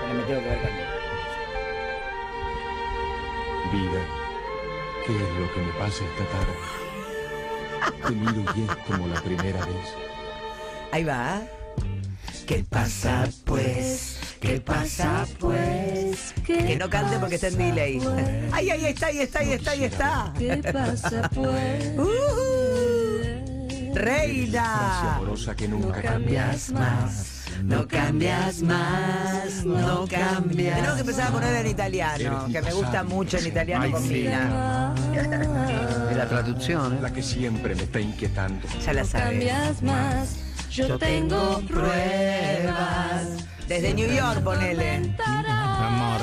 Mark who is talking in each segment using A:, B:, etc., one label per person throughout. A: tengo que ver conmigo.
B: Vida, ¿qué es lo que me pasa esta tarde? Te miro y es como la primera vez.
C: Ahí va. ¿Qué pasa pues? ¿Qué pasa pues? Que no cante porque está en delay. Ay, ay, ahí está, ahí está, ahí está, ahí está.
D: ¿Qué pasa pues?
C: ¡Ujú!
B: Frase
C: Reina.
B: amorosa que nunca
D: No
B: cambia.
D: cambias más, no cambias más, no cambias.
C: Tenemos que empezar a poner en italiano, que me gusta mucho en italiano combina.
A: Es la traducción, ¿eh?
B: La que siempre me está inquietando.
C: Ya la
D: No
C: sabes.
D: cambias más, yo tengo pruebas.
C: Desde New York, ponele.
D: Amor.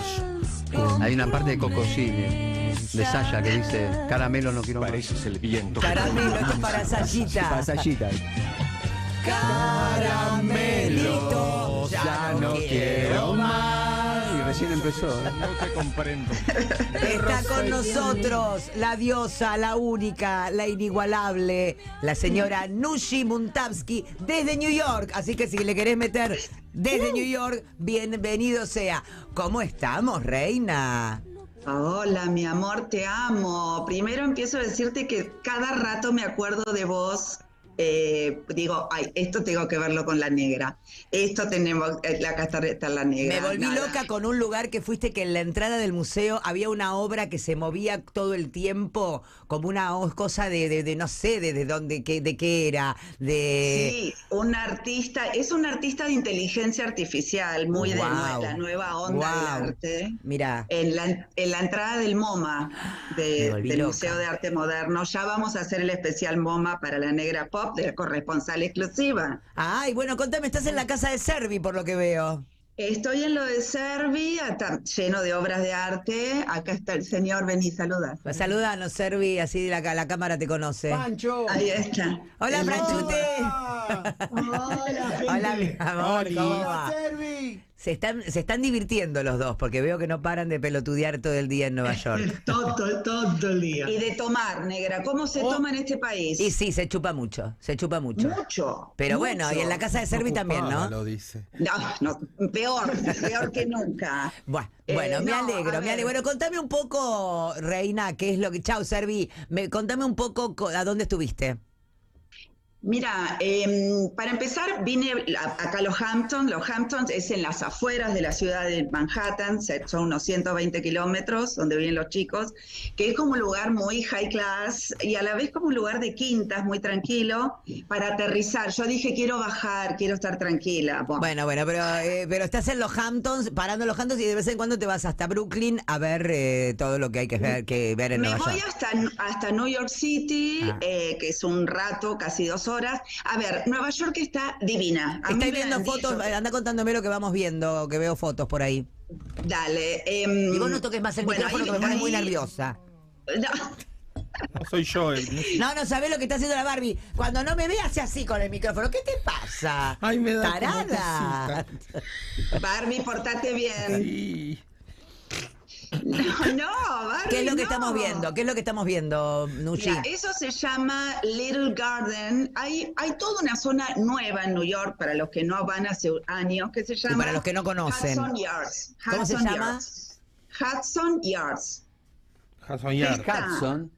A: Hay una parte de Cocosine, de Sasha, que dice, caramelo no quiero más.
B: Pareces el viento. que
C: Caramelo,
B: corre.
C: esto es para Sayita.
A: Para Sashita.
C: Caramelito, ya no quiero
A: Y recién empezó. ¿eh?
B: No te comprendo.
C: Está con nosotros la diosa, la única, la inigualable, la señora Nushi Muntamsky desde New York. Así que si le querés meter desde New York, bienvenido sea. ¿Cómo estamos, reina?
E: Hola, mi amor, te amo. Primero empiezo a decirte que cada rato me acuerdo de vos. eh, digo, ay, esto tengo que verlo con la negra. Esto tenemos, eh, acá está, está la
C: Me
E: negra.
C: volví
E: nada.
C: loca con un lugar que fuiste que en la entrada del museo había una obra que se movía todo el tiempo, como una o- cosa de, de- de no sé de, de dónde, qué, de qué era, de...
E: Sí, un artista, es un artista de inteligencia artificial, muy de nue-
C: Guau,
E: la nueva onda
C: guau.
E: del arte.
C: Mira,
E: En la, en la entrada del MoMA, de-
C: Me volví
E: del
C: loca.
E: Museo de Arte Moderno, ya vamos a hacer el especial MoMA para la negra pop de la corresponsal exclusiva.
C: Ay, bueno, contame, estás
E: Mm.
C: en la casa de Servi por lo que veo.
E: Estoy en lo de Servi, acá, lleno de obras de arte. Acá está el señor, vení, saluda.
C: Saludanos, Servi, así la, ca- la cámara te conoce.
F: Pancho.
E: Ahí está.
C: Oh. Hola,
E: El-
C: Franchute.
F: Hola, gente.
C: Hola, mi amor,
F: Oli.
C: ¿cómo va?
F: Hola, Servi.
C: Se están, se están divirtiendo los dos, porque veo que no paran de pelotudear todo el día en Nueva York.
F: Todo, todo el día.
E: Y de tomar, negra. ¿Cómo se
F: Oh.
E: toma en este país?
C: Y sí, se chupa mucho, se chupa mucho.
E: Mucho.
C: Pero bueno, y en la casa de Servi también, ¿no?
G: Lo dice.
E: No, no, peor, peor que nunca.
C: Bueno,
E: Eh,
C: bueno, me
E: no, a
C: alegro, me
E: ver.
C: alegro. Bueno, contame un poco, Reina, qué es lo que... Chao, Servi. Me, contame un poco co- a dónde estuviste.
E: Mira, em, para empezar, vine a- acá a Los Hamptons. Los Hamptons es en las afueras de la ciudad de Manhattan, se- son unos 120 kilómetros donde viven los chicos, que es como un lugar muy high class y a la vez como un lugar de quintas, muy tranquilo, para aterrizar. Yo dije, quiero bajar, quiero estar tranquila. Bueno,
C: Bueno, bueno, pero, eh, pero estás en los Hamptons, parando en los Hamptons y de vez en cuando te vas hasta Brooklyn a ver eh, todo lo que hay que ver, que ver en
E: Me
C: Nueva
E: voy
C: York.
E: hasta, hasta New York City,
C: Ah.
E: eh, que es un rato, casi dos horas. A ver, Nueva York está divina. A
C: Estoy
E: mí me
C: viendo
E: han dicho
C: fotos,
E: que-
C: eh, anda contándome lo que vamos viendo, que veo fotos por ahí.
E: Dale. em,
C: Y vos
E: Mm.
C: no toques más el micrófono que me pone muy nerviosa.
G: Soy yo el.
C: No, no sabés lo que está haciendo la Barbie. Cuando no me ve hace así con el micrófono. ¿Qué te pasa?
G: Ay, me da. como
C: Tarada.
G: cosita.
E: Barbie, portate bien.
G: Sí.
E: No, no, Barbie.
C: ¿Qué es lo que
E: no.
C: estamos viendo? ¿Qué es lo que estamos viendo, Nushi?
E: Mira, eso se llama Little Garden. Hay, hay toda una zona nueva en New York para los que no van hace años que se llama.
C: para los que no conocen.
E: Hudson Yards.
C: ¿Cómo se
E: Hudson
C: llama?
E: Yards. Hudson Yards.
G: Hudson Yard.
E: Está.
A: Hudson.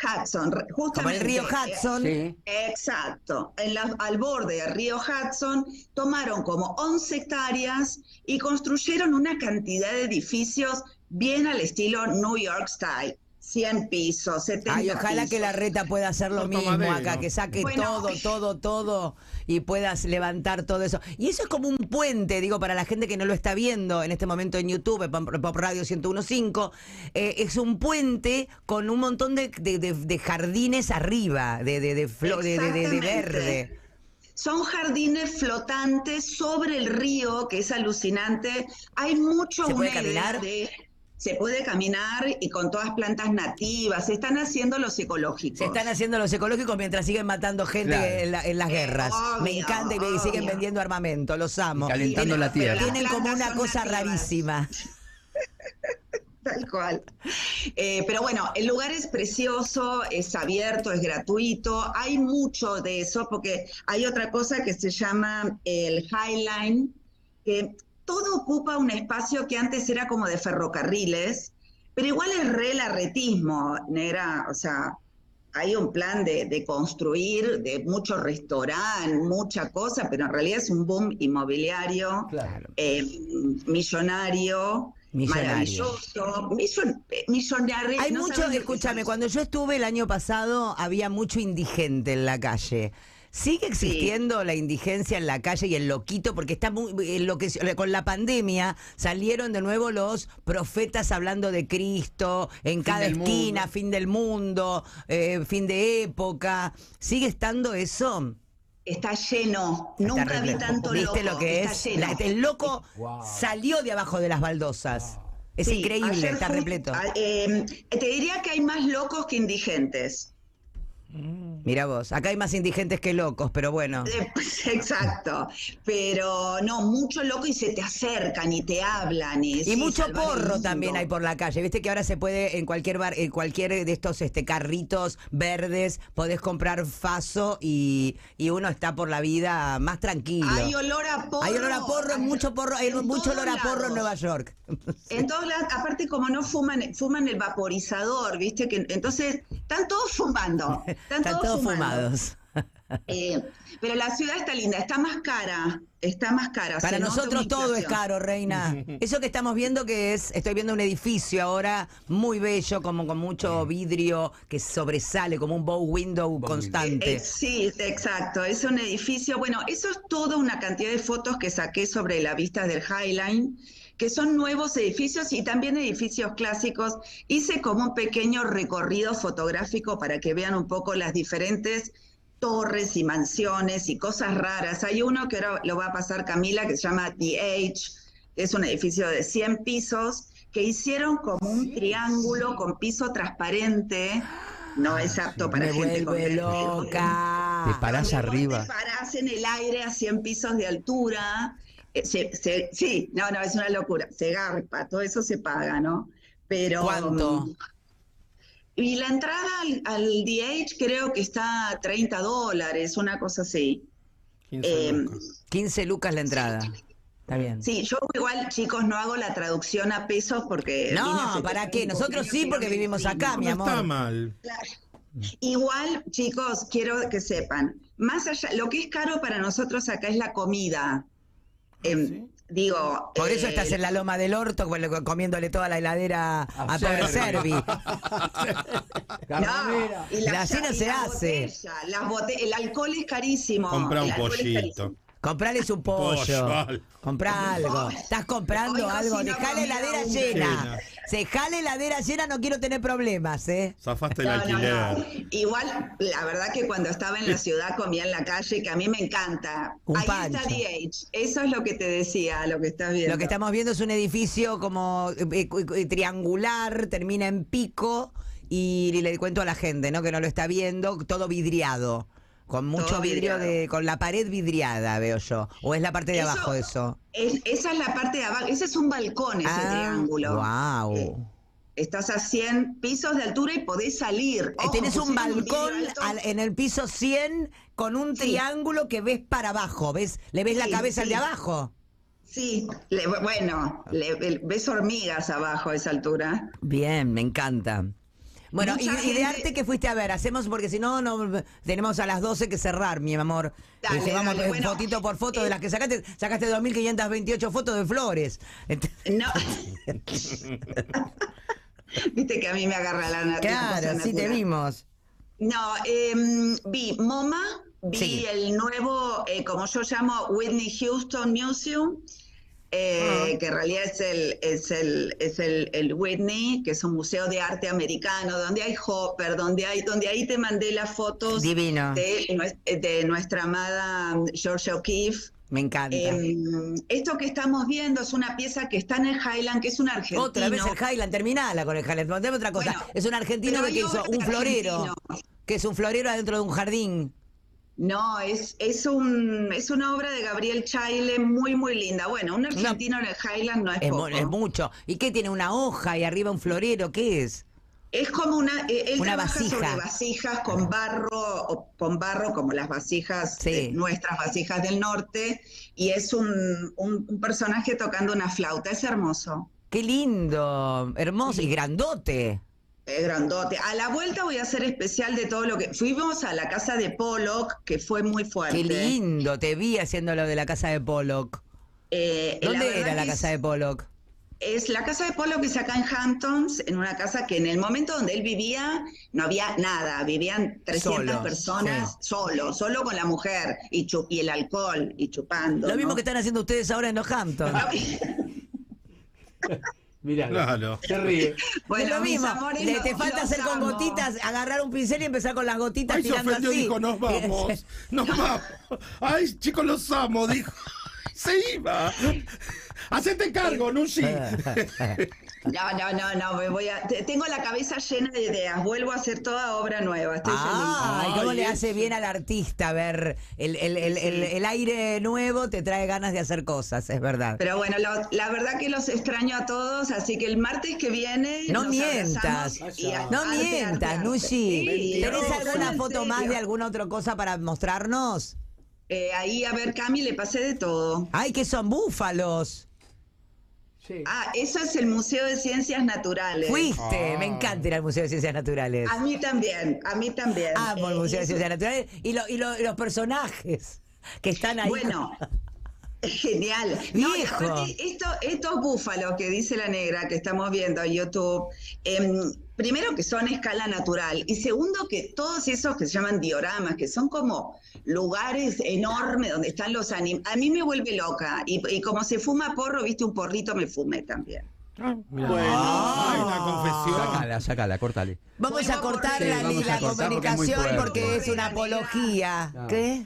E: Hudson, re-
C: Como el
E: justamente.
C: río
E: eh,
C: Hudson.
A: Sí.
E: Exacto. En la- al borde del río Hudson tomaron como 11 hectáreas y construyeron una cantidad de edificios bien al estilo New York Style. 100 pisos, 70
C: Ay, ojalá que la
E: pisos.
C: reta pueda hacer lo
G: Puerto
C: mismo
G: Madero.
C: acá, que saque
E: Bueno.
C: todo, todo, todo y puedas levantar todo eso. Y eso es como un puente, digo, para la gente que no lo está viendo en este momento en YouTube, en Pop Pop Radio 1015, eh, es un puente con un montón de, de- de- de jardines arriba, de, de, de, flo- de- de- de- de verde.
E: Exactamente. Son jardines flotantes sobre el río, que es alucinante. Hay mucho
C: ¿Se puede
E: una idea
C: caminar?
E: de- se puede caminar y con todas plantas nativas. Se están haciendo los ecológicos.
C: Se están haciendo los ecológicos mientras siguen matando gente
G: Claro.
C: en, la- en las guerras. me
E: Obvio,
C: encanta y me siguen
E: obvio.
C: vendiendo armamento, los amo.
A: Cali- calentando
E: Pero-
A: la tierra.
E: pero las
C: Tienen como
E: plantas
C: una
E: son
C: cosa
E: nativas.
C: rarísima.
E: Tal cual. Eh, pero bueno, el lugar es precioso, es abierto, es gratuito. Hay mucho de eso porque hay otra cosa que se llama el Highline, que todo ocupa un espacio que antes era como de ferrocarriles, pero igual es re el arretismo, negra, o sea, hay un plan de, de construir, de mucho restaurante, mucha cosa, pero en realidad es un boom inmobiliario,
A: Claro.
E: eh, millonario,
C: Millonario.
E: maravilloso, millon- eh, millonario.
C: Hay
E: no
C: mucho,
E: saben lo que
C: escúchame,
E: son.
C: cuando yo estuve el año pasado había mucho indigente en la calle. Sigue existiendo la indigencia en la calle y el loquito, porque está muy, eh, lo que, con la pandemia salieron de nuevo los profetas hablando de Cristo, en cada
G: del
C: esquina,
G: mundo.
C: fin del mundo, eh, fin de época. ¿Sigue estando eso?
E: Está lleno, nunca vi
C: Terrible.
E: tanto loco.
C: ¿Viste lo que
E: está
C: es?
E: lleno.
C: La- el loco salió de abajo de las baldosas. Es
E: Sí,
C: increíble,
E: ayer
C: está
E: fui-
C: repleto.
E: a- eh, te diría que hay más locos que indigentes.
C: Mira vos, acá hay más indigentes que locos, pero bueno.
E: Eh, pues, Exacto. Pero no, mucho loco y se te acercan y te hablan. Y,
C: Y
E: sí,
C: mucho
E: salvar el
C: porro
E: mundo.
C: también hay por la calle. Viste que ahora se puede en cualquier bar, en cualquier de estos este carritos verdes, podés comprar faso y, y uno está por la vida más tranquilo.
E: Hay olor a porro.
C: Hay olor a porro,
E: Hay-
C: mucho porro, hay
E: en
C: mucho
E: todos
C: olor a porro en
E: lados.
C: Nueva York.
E: En todos lados, aparte como no fuman, fuman el vaporizador, ¿viste? que Entonces, están todos fumando. Están,
C: Están todos
E: fumando.
C: fumados.
E: Eh, pero la ciudad está linda, está más cara, está más cara.
C: Para
E: se nota
C: nosotros
E: una
C: todo es
E: inflación.
C: caro, reina. Eso que estamos viendo que es, estoy viendo un edificio ahora muy bello, como con mucho vidrio que sobresale, como un bow window constante.
E: Eh, sí, exacto. Es un edificio. Bueno, eso es toda una cantidad de fotos que saqué sobre la vista del Highline, que son nuevos edificios y también edificios clásicos. Hice como un pequeño recorrido fotográfico para que vean un poco las diferentes torres y mansiones y cosas raras. Hay uno que ahora lo va a pasar Camila que se llama The H, que es un edificio de 100 pisos que hicieron como un triángulo con piso transparente. No es apto para
C: Me
E: gente con
C: vuelve
E: lentes.
A: Te
C: loca.
A: parás
E: Donde vos
A: arriba.
E: Te parás en el aire a 100 pisos de altura. Eh, se- se- sí, no, no, es una locura. Se garpa, todo eso se paga, ¿no? Pero. mm,
C: ¿Cuánto?
E: Y la entrada al, al DH creo que está a 30 dólares, una cosa así.
G: 15
E: Eh,
G: lucas.
C: 15 lucas la entrada. Está bien.
E: Sí, yo igual, chicos, no hago la traducción a pesos porque. vine
C: No,
E: hace
C: ¿para
E: tres
C: qué?
E: años,
C: Nosotros
E: creo
C: sí,
E: que
C: porque
E: no me
C: vivimos
E: imagino.
C: acá, mi
G: No está
C: amor.
G: mal.
E: Igual, chicos, quiero que sepan, más allá, lo que es caro para nosotros acá es la comida. Em, Digo,
C: Por eso
E: eh,
C: estás en la loma del orto bueno, comiéndole toda la heladera a pobre Servi.
E: no, y
C: La cena
E: y
C: se
E: la
C: hace.
E: botella, las bote- el alcohol es carísimo.
G: Compra un
E: el alcohol es
G: pollito.
C: Comprales un
G: Pollo,
C: pollo.
G: algo.
C: Comprá algo. Estás comprando
E: Hoy
C: algo.
E: cocina
C: Dejá la
E: comida
C: heladera
E: una.
C: llena. Se la heladera llena, no quiero tener problemas, ¿eh?
G: Zafaste el
E: No, no,
G: alquiler.
E: no. Igual, la verdad que cuando estaba en la ciudad comía en la calle, que a mí me encanta.
C: Un
E: Ahí está
C: pancho.
E: DH. Eso es lo que te decía, lo que estás viendo.
C: Lo que estamos viendo es un edificio como eh, cu- cu- triangular, termina en pico y le- le cuento a la gente, ¿no? Que no lo está viendo, todo vidriado, con mucho
E: Todo
C: vidrio de,
E: vidriado.
C: con la pared vidriada, veo yo. O es la parte de
E: Eso-
C: abajo eso.
E: Es- esa es la parte de abajo. Ese es un balcón, ese
C: Ah,
E: triángulo.
C: Wow.
E: Eh, Estás a 100 pisos de altura y podés salir. Ojo,
C: Eh, Tenés un
E: pusieron vidrio
C: balcón
E: alto.
C: al- eh. en el piso 100 con un
E: Sí.
C: triángulo que ves para abajo, ves, le ves la
E: Sí,
C: cabeza al de
E: sí.
C: abajo.
E: Sí, le- bueno, le- le- ves hormigas abajo a esa altura.
C: Bien, me encanta. Bueno, y,
E: Mucha
C: y de
E: gente-
C: arte que fuiste a ver, hacemos porque si no, no tenemos a las 12 que cerrar, mi amor.
E: Dale,
C: Este, vamos
E: dale,
C: eh,
E: bueno,
C: fotito por foto de
E: eh,
C: las que sacaste, sacaste 2528 fotos de flores. Ent-
E: No. Viste que a mí me agarra la nat- la
C: claro,
E: cosa
C: sí te
E: natural.
C: vimos.
E: No, em, vi MoMA, vi
C: Sí.
E: el nuevo, eh, como yo llamo, Whitney Houston Museum, eh,
C: Ah.
E: que en realidad es, el, es, el, es el, el Whitney, que es un museo de arte americano, donde hay Hopper, donde hay, donde ahí te mandé las fotos
C: Divino.
E: de, nue- de nuestra amada mm, Georgia O'Keeffe.
C: Me encanta.
E: Em, esto que estamos viendo es una pieza que está en el Highland, que es un argentino.
C: otra vez el Highland, terminala con el Highland. Montame otra cosa.
E: Bueno,
C: es un argentino
E: pero
C: que
E: hay
C: hizo
E: obras de
C: un florero,
E: argentinos.
C: que es un florero adentro de un jardín.
E: No, es, es, un, es una obra de Gabriel Chaile muy, muy linda. Bueno, un argentino en el Highland no es,
C: Es,
E: poco.
C: mo- es mucho. ¿Y qué tiene una hoja y arriba un florero? ¿Qué es?
E: Es como una, eh, él
C: Una
E: trabaja
C: vasija.
E: sobre vasijas con barro, o con barro como las vasijas,
C: Sí.
E: eh, nuestras vasijas del norte, y es un, un- un personaje tocando una flauta, es hermoso,
C: Qué lindo, hermoso y grandote.
E: es grandote. A la vuelta voy a hacer especial de todo lo que... Fuimos a la casa de Pollock, que fue muy fuerte.
C: Qué lindo, te vi haciendo lo de la casa de Pollock.
E: Eh, la
C: ¿Dónde
E: verdad
C: era la
E: que
C: casa de Pollock?
E: Es la casa de Polo que es acá en Hamptons, en una casa que en el momento donde él vivía no había nada, vivían 300
C: Solo,
E: personas
C: sí.
E: solo, solo con la mujer y, chu- y el alcohol y chupando.
C: Lo mismo
E: ¿no?
C: que están haciendo ustedes ahora en los Hamptons.
E: Ah,
H: Mirá,
G: Claro.
H: se ríe.
C: es
E: Bueno,
C: lo
E: mis
C: mismo.
E: amores,
C: Le-
E: lo-
C: te falta
E: los
C: hacer con
E: amo.
C: gotitas, agarrar un pincel y empezar con las gotitas
G: Ay, se
C: tirando
G: ofendió,
C: así.
G: dijo, nos vamos, nos vamos. Ay, chicos, los amo, dijo. Se iba. Hacete cargo, Nushi.
C: Ah,
E: No, no, no, no, me voy a- te- tengo la cabeza llena de ideas, vuelvo a hacer toda obra nueva. Estoy feliz.
C: Ay, Ah, cómo
G: Ay,
C: le
G: ese.
C: hace bien al artista ver el, el- el- el- el aire nuevo te trae ganas de hacer cosas, es verdad.
E: Pero bueno, lo- la verdad que los extraño a todos, así que el martes que viene.
C: No
E: nos
C: mientas.
E: abrazamos y a-
C: no
E: arte, arte,
C: mientas,
E: arte.
C: Nushi.
E: Sí,
C: ¿Tenés
E: no,
C: alguna
E: en
C: foto más de
E: serio.
C: alguna otra cosa para mostrarnos?
E: Eh, ahí, a ver, Cami, le pasé de todo.
C: Ay, que son búfalos.
H: Sí.
E: Ah, eso es el Museo de Ciencias Naturales.
C: Fuiste, me encanta ir al Museo de Ciencias Naturales.
E: A mí también, a mí también.
C: Amo el
E: Eh,
C: Ah, Museo de
E: eso-
C: Ciencias Naturales y, lo- y lo- y los personajes que están ahí.
E: Bueno, genial. No, y
C: Viejo.
E: aparte, esto, estos búfalos que dice la negra que estamos viendo en YouTube, em, primero que son a escala natural y segundo que todos esos que se llaman dioramas, que son como lugares enormes donde están los animales, a mí me vuelve loca y, y como se fuma porro, viste un porrito, me fumé también.
G: Ay, una
C: Ah.
G: confesión.
A: Sácala, sácala, córtale.
C: Vamos
E: Bueno,
C: a cortar
E: porque-
C: la,
A: Sí, vamos
C: la
A: a cortar porque es muy
C: comunicación
A: fuerte.
C: porque es una apología. ¿Qué?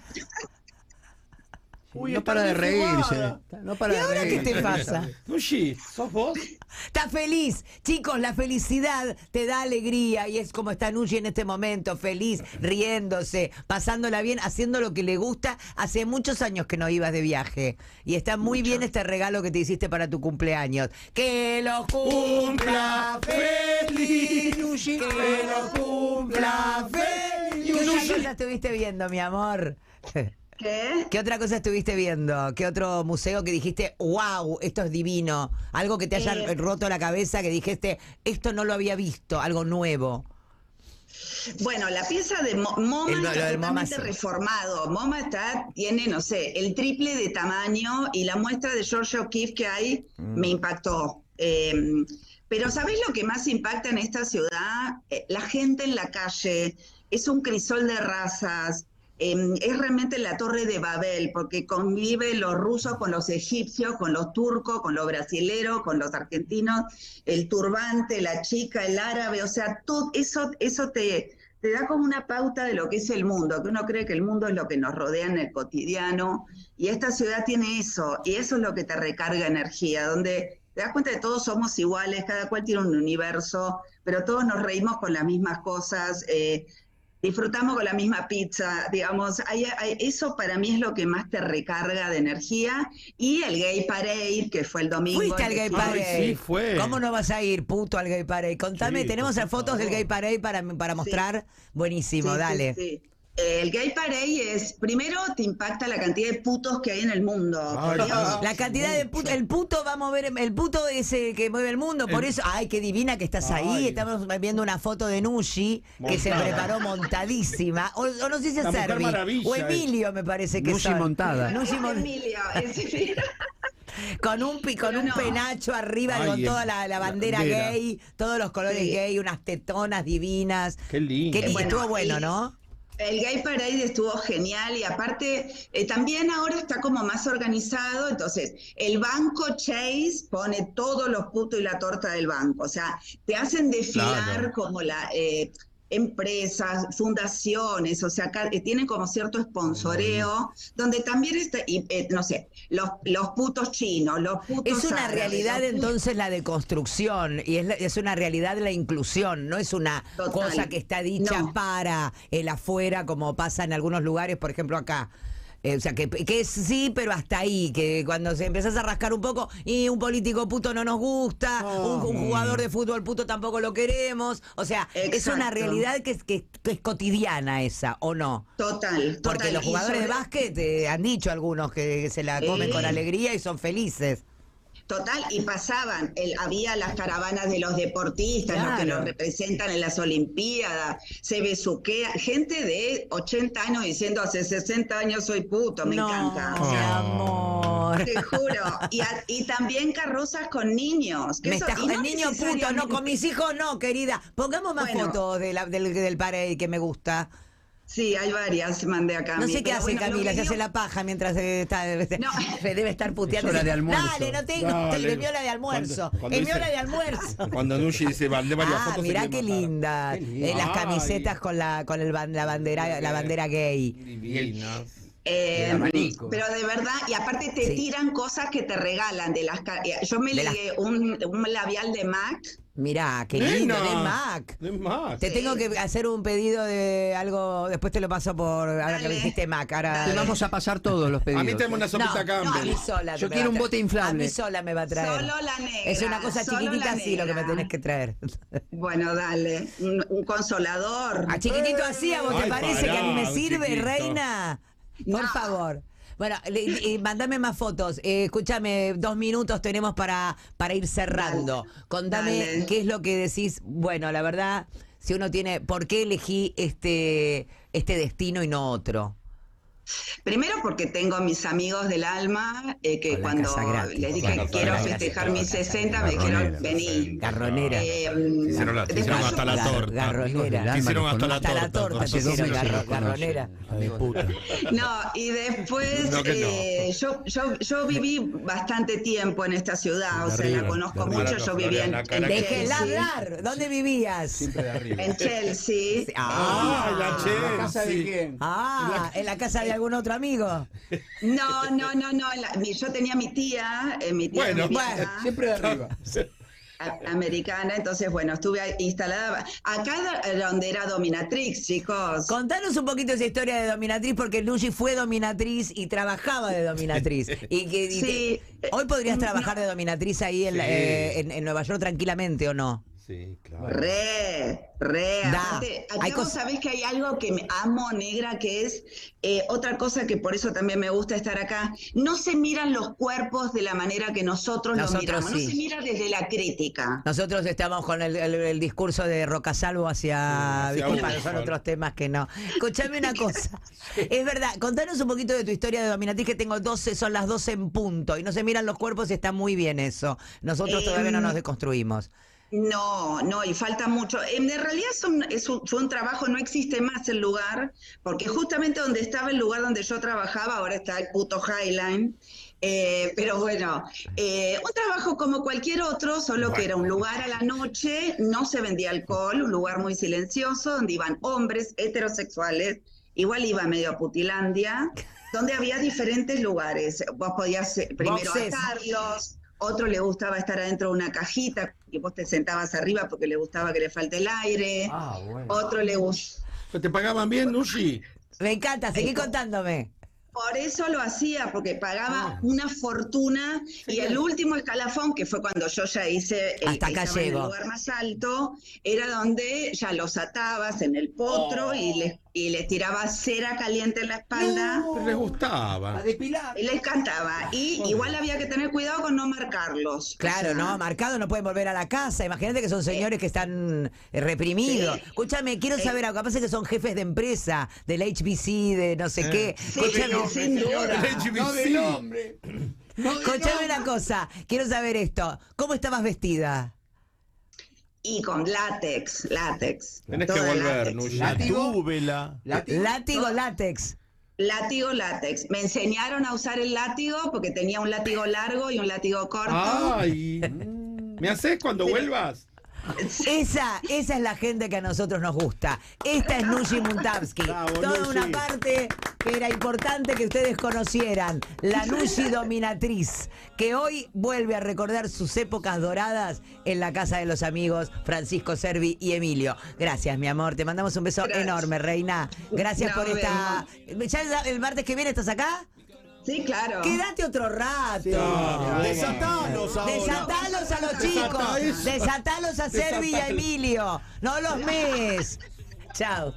H: Uy,
A: no
H: está
A: para de reírse.
H: desfumada.
A: No para
C: ¿Y
A: de
C: ahora qué
A: reírse.
C: te pasa?
G: Nushi, ¿sos vos?
C: Está feliz. Chicos, la felicidad te da alegría y es como está Nushi en este momento, feliz, riéndose, pasándola bien, haciendo lo que le gusta. Hace muchos años que no ibas de viaje y está muy bien este regalo que te hiciste para tu cumpleaños. Que lo cumpla feliz, Nushi. Que lo cumpla feliz. ¿Qué otra cosa estuviste viendo, mi amor?
E: ¿Qué?
C: ¿Qué otra cosa estuviste viendo? ¿Qué otro museo que dijiste, wow, esto es divino? Algo que te haya
E: Eh.
C: roto la cabeza, que dijiste, esto no lo había visto, algo nuevo.
E: Bueno, la pieza de Mo- MoMA
C: El- lo
E: está
C: del MoMA,
E: totalmente
C: sí.
E: reformado. MoMA está, tiene, no sé, el triple de tamaño y la muestra de George O'Keeffe que hay
C: Mm.
E: me impactó. Eh, pero ¿sabés lo que más impacta en esta ciudad? Eh, la gente en la calle, es un crisol de razas. eh, es realmente la torre de Babel, porque convive los rusos con los egipcios, con los turcos, con los brasileros, con los argentinos, el turbante, la chica, el árabe, o sea, todo eso, eso te, te da como una pauta de lo que es el mundo, que uno cree que el mundo es lo que nos rodea en el cotidiano, y esta ciudad tiene eso, y eso es lo que te recarga energía, donde te das cuenta de que todos somos iguales, cada cual tiene un universo, pero todos nos reímos con las mismas cosas, eh, disfrutamos con la misma pizza, digamos, hay- hay- eso para mí es lo que más te recarga de energía, y el Gay Parade, que fue el domingo.
C: Fuiste al Gay
G: sí.
C: Parade.
G: Ay, sí, fue.
C: ¿Cómo no vas a ir, puto, al Gay Parade? Contame,
G: Sí,
C: tenemos
G: por
C: fotos del
G: favor.
C: Gay Parade para, para mostrar. Buenísimo,
E: Sí, sí,
C: dale.
E: sí. Eh, El gay parade es, primero te impacta la cantidad de putos que hay en el mundo.
G: Ay,
E: por Dios.
C: La cantidad de puto, el puto va a mover, el puto es el que mueve el mundo, por
G: El-
C: eso, ay, qué divina que estás ahí,
G: Ay.
C: estamos viendo una foto de Nushi que se
G: Montada.
C: preparó montadísima, o, o no sé si es
G: La Mujer
C: Servi,
G: Maravilla,
C: o Emilio me parece que
A: Nushi
C: son.
A: montada.
C: Nushi
E: Es
C: mon-
E: Emilio, es-
C: con un pi- con
E: Pero
C: un
E: no.
C: penacho arriba,
G: Ay,
C: con
G: em-
C: toda la, la
G: la
C: bandera,
G: bandera.
C: gay, todos los colores
E: Sí.
C: gay, unas tetonas divinas.
G: Qué lindo.
C: Qué lindo,
E: Bueno,
C: estuvo bueno,
E: y-
C: ¿no?
E: El Gay Parade estuvo genial y aparte eh, también ahora está como más organizado, entonces el banco Chase pone todos los putos y la torta del banco, o sea, te hacen desfilar
G: Claro.
E: como la eh, empresas, fundaciones, o sea, ca- eh, tienen como cierto sponsoreo, donde también está, y, eh, no sé, los, los putos chinos, los putos...
C: Es una
E: árabes,
C: realidad
E: los putos-
C: entonces la de construcción y es, la- es una realidad la inclusión, no es una
E: Total.
C: cosa que está dicha
E: No.
C: para el afuera como pasa en algunos lugares, por ejemplo acá. Eh, o sea, que, que sí, pero hasta ahí, que cuando se empezás a rascar un poco, y un político puto no nos gusta,
E: Oh.
C: un, un jugador de fútbol puto tampoco lo queremos. O sea, es una
E: Exacto.
C: realidad que, es- que- que es cotidiana esa, ¿o no?
E: Total, total.
C: Porque los
E: Y
C: jugadores de
E: sobre- Eh.
C: básquet eh, han dicho algunos que se la comen
E: Sí.
C: con alegría y son felices.
E: Total, y pasaban, el- había las caravanas de los deportistas, los que
C: Claro.
E: los representan en las Olimpiadas, se besuquea, gente de 80 años diciendo hace 60 años soy puto, me
C: no,
E: encanta. O
C: mi
E: sea,
C: amor.
E: te juro. Y, a- y también carrozas con niños. que
C: Me
E: eso-
C: está-
E: y no
C: el niño puto, no,
E: necesariamente-
C: con mis hijos no, querida. Pongamos más
E: Bueno.
C: fotos de la- del, del parade que me gusta.
E: Sí, hay varias, mandé acá.
C: No sé qué hace Camila, se hace la paja mientras eh, está,
E: No.
C: se debe estar puteando.
A: Es hora de almuerzo.
C: Dale, no tengo,
G: Dale.
C: tengo mi hora de almuerzo.
G: Cuando- cuando
C: es mi
G: dice-
C: hora de almuerzo.
G: Cuando Nushi dice, mandé varias
C: Ah,
G: fotos. se
C: mirá
G: quiere
C: qué
G: matar.
C: linda.
G: Qué lindo.
C: Eh, las
G: Ay.
C: camisetas con la con el ban- la bandera la bandera gay.
G: Divinas.
E: Eh,
A: El abanico.
E: pero de verdad, y aparte te
C: Sí.
E: tiran cosas que te regalan de las ca- eh, yo me
C: De las-
E: ligué un, un labial de MAC
C: Mirá, qué lindo
G: Nena.
C: de Mac.
G: De Mac.
C: Te tengo que hacer un pedido de algo, después te lo paso por ahora que
E: Dale.
C: me dijiste Mac, ahora
A: Te vamos a pasar todos los pedidos.
G: A mí tenemos una
C: no, no, a
G: sopita Campbell.
C: mí sola. te
A: Yo
C: me
A: quiero
C: va a traer.
A: un bote inflable.
C: A mí sola me va a traer.
E: Solo la negra,
C: Es una cosa
E: solo
C: chiquitita
E: la
C: así lo que me
E: negra.
C: tenés que traer.
E: Bueno, dale, un, un consolador.
C: A chiquitito así, ¿a vos te
G: Ay,
C: parece que a mí me
G: pará,
C: sirve,
G: chiquito.
C: reina? Por
E: No.
C: favor. Bueno, le- le- eh, mandame más fotos. Eh, escúchame, dos minutos tenemos para, para ir cerrando. Contame
E: Dale.
C: qué es lo que decís. Bueno, la verdad, si uno tiene, ¿por qué elegí este, este destino y no otro?
E: Primero porque tengo a mis amigos del alma, eh, que
C: Con la
E: cuando
C: casa gratis,
E: les
G: con
E: dije
G: la
E: que
G: casa
E: quiero
G: gratis,
E: festejar
C: con la
E: mis
C: casa
E: 60, me
A: Garronera,
E: dijeron, vení.
C: Garronera.
E: Eh,
B: hicieron la- te hicieron
E: después
B: hasta
E: yo-
B: la
C: Gar-
B: torta.
C: Garronera.
A: Te hicieron
B: hasta la
C: Hasta la
B: torta,
C: torta.
B: hace
C: te
A: dos
C: hicieron
A: meses
C: garro-
A: los conozco.
C: garronera.
E: No, y después
G: No que no.
E: eh, yo, yo, yo viví bastante tiempo en esta ciudad, o sea, la conozco
G: arriba.
E: mucho, yo vivía en,
G: La
E: en
G: cara que-
C: Déjela
E: Chelsea.
C: hablar. ¿Dónde vivías?
B: Siempre de arriba.
E: En Chelsea.
G: Ah, la
H: ¿En la casa de
G: Chelsea.
H: quién?
C: Ah, en la casa de algún otro amigo.
E: No, no, no, no. la- mi- yo tenía mi tía, eh, mi tía
G: Bueno,
E: americana,
H: Siempre de arriba.
E: a- americana, entonces bueno, estuve ahí instalada. Acá era donde era dominatrix, chicos.
C: Contanos un poquito esa historia de dominatriz, porque Luigi fue dominatriz y trabajaba de dominatriz. Y que, y
E: Sí.
C: te- hoy podrías trabajar de dominatriz ahí en, la-
G: Sí.
C: eh, en- en Nueva York tranquilamente o no.
G: Sí, claro.
E: Re, re.
C: Da.
E: Aparte, acá
C: Hay
E: vos
C: cos-
E: sabés que hay algo que me amo, negra, que es eh, otra cosa que por eso también me gusta estar acá. No se miran los cuerpos de la manera que nosotros,
C: Nosotros
E: los miramos.
C: sí.
E: No se mira desde la crítica.
C: Nosotros estamos con el, el- el discurso de Rocasalvo hacia.
G: Sí, hacia
C: disculpa,
G: uno,
C: son
G: por-
C: otros temas que no. Escuchame una cosa. Es verdad, contanos un poquito de tu historia de dominatriz, que tengo 12, son las 12 en punto. Y no se miran los cuerpos y está muy bien eso. Nosotros todavía no
E: Em,
C: nos deconstruimos.
E: No, no, y falta mucho. En realidad es un- es un- fue un trabajo, no existe más el lugar, porque justamente donde estaba el lugar donde yo trabajaba, ahora está el puto Highline. Eh, pero bueno, eh, un trabajo como cualquier otro, solo que era un lugar a la noche, no se vendía alcohol, un lugar muy silencioso, donde iban hombres heterosexuales, igual iba medio a Putilandia, donde había diferentes lugares. Vos podías eh, primero
C: Boxes.
E: atarlos, otro le gustaba estar adentro de una cajita y vos te sentabas arriba porque le gustaba que le falte el aire,
H: Ah, bueno.
E: otro le gustaba...
G: ¿Te pagaban bien, Nushi?
C: Me encanta, seguí contándome.
E: Por eso lo hacía, porque
C: Ah.
E: pagaba una fortuna y el último escalafón, que fue cuando yo ya hice el,
C: Hasta acá
E: estaba en el
C: llego.
E: lugar más alto, era donde ya los atabas en el potro
C: Oh.
E: y, les, y les tiraba cera caliente en la espalda
G: Pero Les gustaba.
H: A depilar.
E: y les cantaba. Y igual había que tener cuidado con no marcarlos.
C: Claro,
E: O sea,
C: no, marcado no pueden volver a la casa. Imagínate que son señores que están eh, reprimidos.
E: Eh, Sí. Eh.
C: Escúchame, quiero
E: Sí.
C: saber, algo. capaz es que son jefes de empresa, del HBC, de no sé qué. Escúchame,
E: no, sin duda.
H: No de nombre. No de
C: escúchame
H: nombre.
C: una cosa, quiero saber esto. ¿Cómo estabas vestida?
E: Y con látex, látex.
G: Tenés que
E: Todo
G: volver,
E: látex.
G: Nushi.
H: La
B: Túvela.
H: Látigo.
C: Látigo, látex.
E: Látigo látex. Me enseñaron a usar el látigo porque
G: Ah.
E: tenía un látigo largo y un látigo corto.
G: Ay. ¿Me haces cuando vuelvas?
C: Esa, esa es la gente que a nosotros nos gusta. Esta es Nushi Muntamsky.
G: Bravo,
C: Toda
G: Nushi.
C: una parte que era importante que ustedes conocieran. La Nushi dominatriz, que hoy vuelve a recordar sus épocas doradas en la casa de los amigos Francisco Servi y Emilio. Gracias, mi amor. Te mandamos un beso
E: Gracias.
C: enorme, reina. Gracias
E: No,
C: por esta. ¿Ya el martes que viene estás acá?
E: Sí, claro.
C: Quédate otro rato.
H: Desatanos ahora.
C: Desatalos a los
G: Desatá
C: chicos.
G: eso.
C: Desatalos a Servi y a
G: Desatá-
C: Emilio. No los mees. Chao.